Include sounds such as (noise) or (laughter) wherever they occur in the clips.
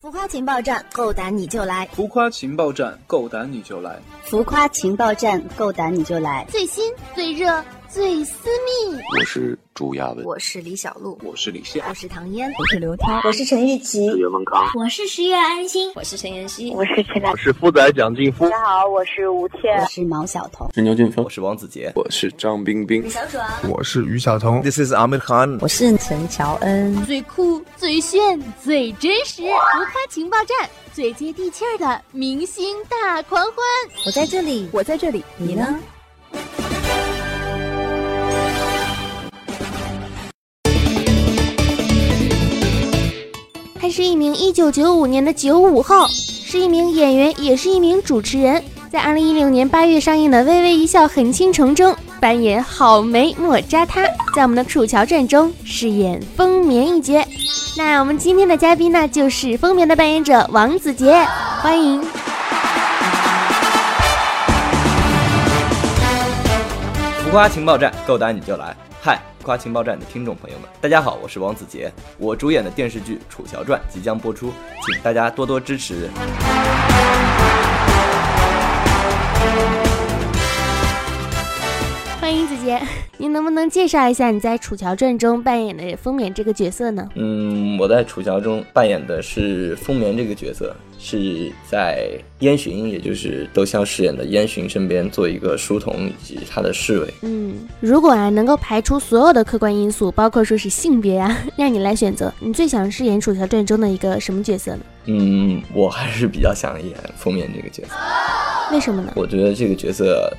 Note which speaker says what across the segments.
Speaker 1: 浮夸情报站，够胆你就来！
Speaker 2: 浮夸情报站，够胆你就来！
Speaker 3: 浮夸情报站，够胆你就来！
Speaker 4: 最新、最热、最私密。
Speaker 5: 我是朱亚文，
Speaker 6: 我是李小璐，
Speaker 2: 我是李现，
Speaker 1: 我是唐嫣，
Speaker 7: 我是刘涛，
Speaker 8: 我是陈玉琪，
Speaker 9: 袁文康，
Speaker 10: 我是十月安心，
Speaker 11: 我是陈妍希，
Speaker 12: 我是陈楠，
Speaker 13: 我是富仔蒋劲夫。
Speaker 14: 大家好，我是吴倩，
Speaker 3: 我是毛晓彤，
Speaker 5: 是牛俊峰，
Speaker 15: 我是王子杰，
Speaker 5: 我是张冰冰，
Speaker 16: 小爽，
Speaker 17: 我是于晓彤
Speaker 18: ，This is Amir Khan，
Speaker 19: 我是陈乔恩，
Speaker 4: 最酷、最炫、最真实，浮夸情报站。最接地气儿的明星大狂欢，
Speaker 19: 我在这里，
Speaker 7: 我在这里，
Speaker 19: 你呢？
Speaker 4: 他是一名1995年的95后，是一名演员，也是一名主持人。在2016年8月上映的《微微一笑很倾城》中扮演好梅莫扎他，在我们的《楚乔传》中饰演丰棉一角。那我们今天的嘉宾呢，就是丰棉的扮演者王子杰，欢迎。
Speaker 15: 浮夸情报站，够胆你就来！嗨，浮夸情报站的听众朋友们，大家好，我是王子杰，我主演的电视剧《楚乔传》即将播出，请大家多多支持。
Speaker 4: 欢迎子杰，您能不能介绍一下你在《楚乔传》中扮演的丰棉这个角色呢？
Speaker 15: 嗯，我在《楚乔》中扮演的是丰棉这个角色，是在燕洵，也就是窦骁饰演的燕洵身边做一个书童以及他的侍卫。
Speaker 4: 嗯，如果啊能够排除所有的客观因素，包括说是性别啊，让你来选择，你最想饰演《楚乔传》中的一个什么角色呢？
Speaker 15: 嗯，我还是比较想演丰棉这个角色。
Speaker 4: 为什么呢？
Speaker 15: 我觉得这个角色。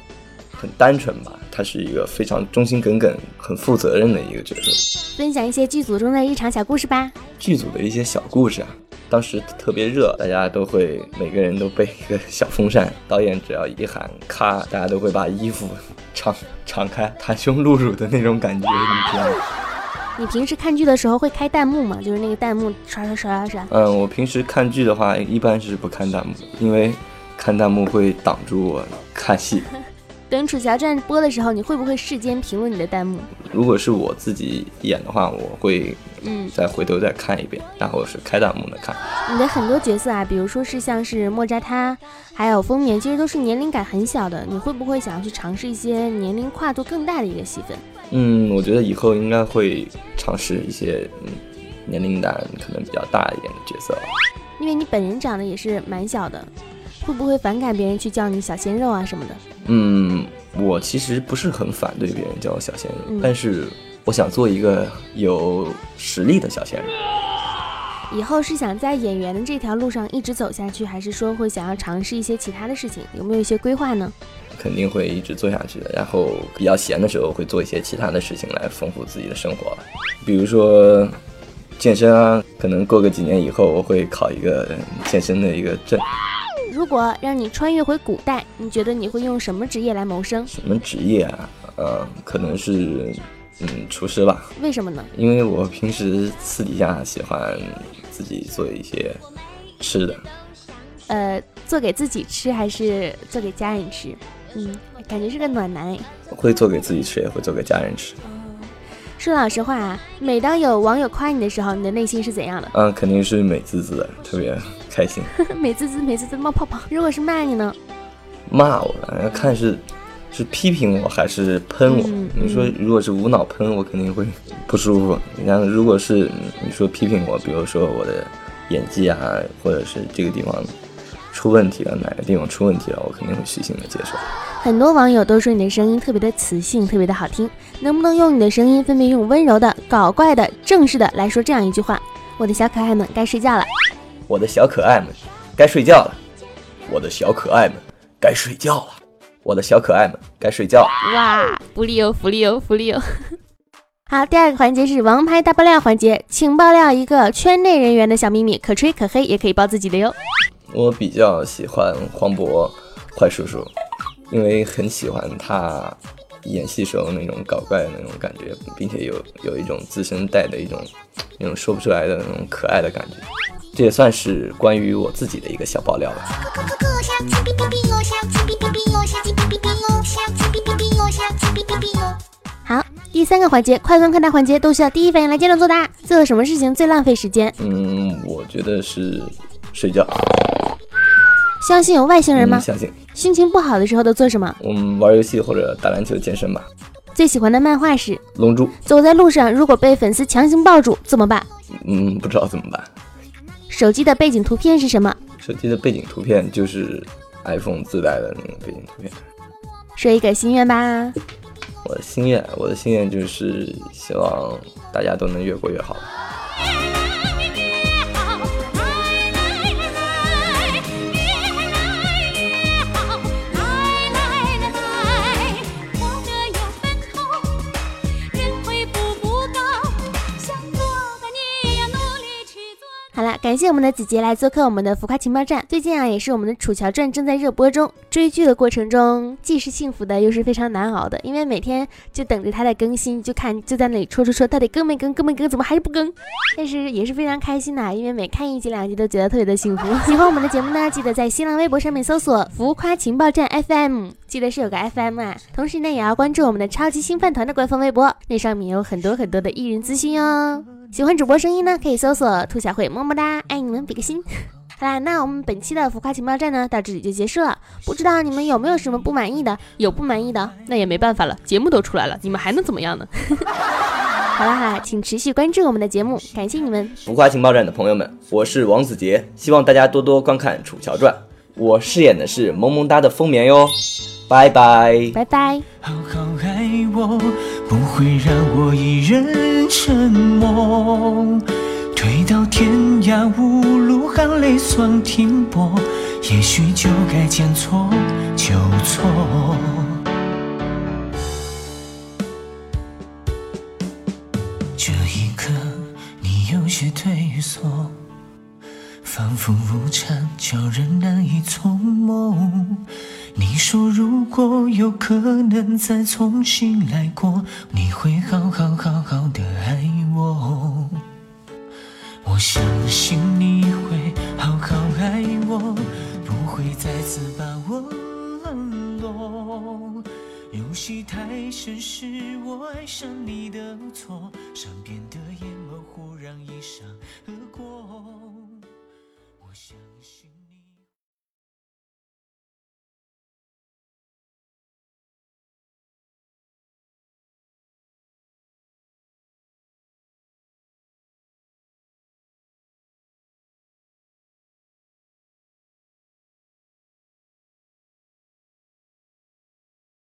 Speaker 15: 很单纯吧，他是一个非常忠心耿耿、很负责任的一个角色。
Speaker 4: 分享一些剧组中的日常小故事吧。
Speaker 15: 剧组的一些小故事啊，当时特别热，大家都会每个人都备一个小风扇，导演只要一喊咔，大家都会把衣服敞敞开，袒胸露乳的那种感觉，你知道吗？
Speaker 4: 你平时看剧的时候会开弹幕吗？就是那个弹幕刷刷刷刷刷。
Speaker 15: 嗯，我平时看剧的话，一般是不看弹幕，因为看弹幕会挡住我看戏。
Speaker 4: 等《楚乔传》播的时候，你会不会事先评论你的弹幕？
Speaker 15: 如果是我自己演的话，我会嗯再回头再看一遍，嗯、然后是开弹幕的看。
Speaker 4: 你的很多角色啊，比如说是像是莫扎他，还有封面，其实都是年龄感很小的。你会不会想要去尝试一些年龄跨度更大的一个戏份？
Speaker 15: 嗯，我觉得以后应该会尝试一些嗯年龄感可能比较大一点的角色，
Speaker 4: 因为你本人长得也是蛮小的。会不会反感别人去叫你小鲜肉啊什么的？
Speaker 15: 嗯，我其实不是很反对别人叫我小鲜肉，嗯、但是我想做一个有实力的小鲜
Speaker 4: 肉。以后是想在演员的这条路上一直走下去，还是说会想要尝试一些其他的事情？有没有一些规划呢？
Speaker 15: 肯定会一直做下去的。然后比较闲的时候会做一些其他的事情来丰富自己的生活，比如说健身啊。可能过个几年以后，我会考一个健身的一个证。
Speaker 4: 如果让你穿越回古代，你觉得你会用什么职业来谋生？
Speaker 15: 什么职业啊？呃，可能是嗯，厨师吧。
Speaker 4: 为什么呢？
Speaker 15: 因为我平时私底下喜欢自己做一些吃的。
Speaker 4: 呃，做给自己吃还是做给家人吃？嗯，感觉是个暖男。哎
Speaker 15: 会做给自己吃，也会做给家人吃。
Speaker 4: 说老实话啊，每当有网友夸你的时候，你的内心是怎样的？ (laughs)
Speaker 15: 嗯，肯定是美滋滋的，特别开心。
Speaker 4: 美滋滋，美滋滋冒泡泡。如果是骂你呢？
Speaker 15: 骂我，要看是是批评我还是喷我。嗯、你说如果是无脑喷我，肯定会不舒服。然后如果是你说批评我，比如说我的演技啊，或者是这个地方出问题了，哪个地方出问题了，我肯定会虚心的接受。
Speaker 4: 很多网友都说你的声音特别的磁性，特别的好听，能不能用你的声音分别用温柔的、搞怪的、正式的来说这样一句话？我的小可爱们该睡觉了，
Speaker 15: 我的小可爱们该睡觉了，我的小可爱们该睡觉了，我的小可爱们该睡觉了。
Speaker 4: 哇，福利哦，福利哦，福利哦！ (laughs) 好，第二个环节是王牌大爆料环节，请爆料一个圈内人员的小秘密，可吹可黑，也可以爆自己的哟。
Speaker 15: 我比较喜欢黄渤坏叔叔。因为很喜欢他演戏时候那种搞怪的那种感觉，并且有有一种自身带的一种那种说不出来的那种可爱的感觉，这也算是关于我自己的一个小爆料吧。
Speaker 4: 好，第三个环节，快问快答环节都需要第一反应来接着作答。做了什么事情最浪费时间？
Speaker 15: 嗯，我觉得是睡觉。
Speaker 4: 相信有外星人
Speaker 15: 嗯，
Speaker 4: 吗？
Speaker 15: 相信
Speaker 4: 心情不好的时候都做什么？
Speaker 15: 我们玩游戏或者打篮球、健身吧。
Speaker 4: 最喜欢的漫画是？
Speaker 15: 龙珠，
Speaker 4: 走在路上如果被粉丝强行抱住怎么办？
Speaker 15: 嗯，不知道怎么办。
Speaker 4: 手机的背景图片是什么？
Speaker 15: 手机的背景图片就是 iPhone 自带的那种背景图片。
Speaker 4: 说一个心愿吧。
Speaker 15: 我的心愿，我的心愿就是希望大家都能越过越好。
Speaker 4: 好了，感谢我们的子杰来做客我们的浮夸情报站。最近啊，也是我们的《楚乔传》正在热播中。追剧的过程中，既是幸福的，又是非常难熬的，因为每天就等着它的更新，就看就在那里戳戳戳，到底更没更，更没更，怎么还是不更？ (laughs) 但是也是非常开心的、因为每看一集两集都觉得特别的幸福。喜欢我们的节目呢，记得在新浪微博上面搜索“浮夸情报站 FM”，记得是有个 FM 啊。同时呢，也要关注我们的超级星饭团的官方微博，那上面有很多很多的艺人资讯哟。喜欢主播声音呢，可以搜索“兔小慧”，么么哒，爱你们，比个心。 (laughs) 好啦，那我们本期的浮夸情报站呢，到这里就结束了。不知道你们有没有什么不满意的？有不满意的，那也没办法了，节目都出来了，你们还能怎么样呢？ (laughs) 好啦好啦，请持续关注我们的节目，感谢你们。
Speaker 15: 浮夸情报站的朋友们，我是王子杰，希望大家多多观看《楚乔传》，我饰演的是萌萌哒的风眠哟，拜拜。
Speaker 4: 拜拜。
Speaker 6: 好好爱我，不会让我一人沉默。退到天涯无路，含泪算停泊，也许就该见错就错。这一刻，你有些退缩，仿佛无常叫人难以从梦。你说如果有可能再重新来过，你会好好好好的爱我。我相信你会好好爱我，不会再次把我冷落。游戏太深，是我爱上你的错，善变的眼眸忽然一闪而过。我相信。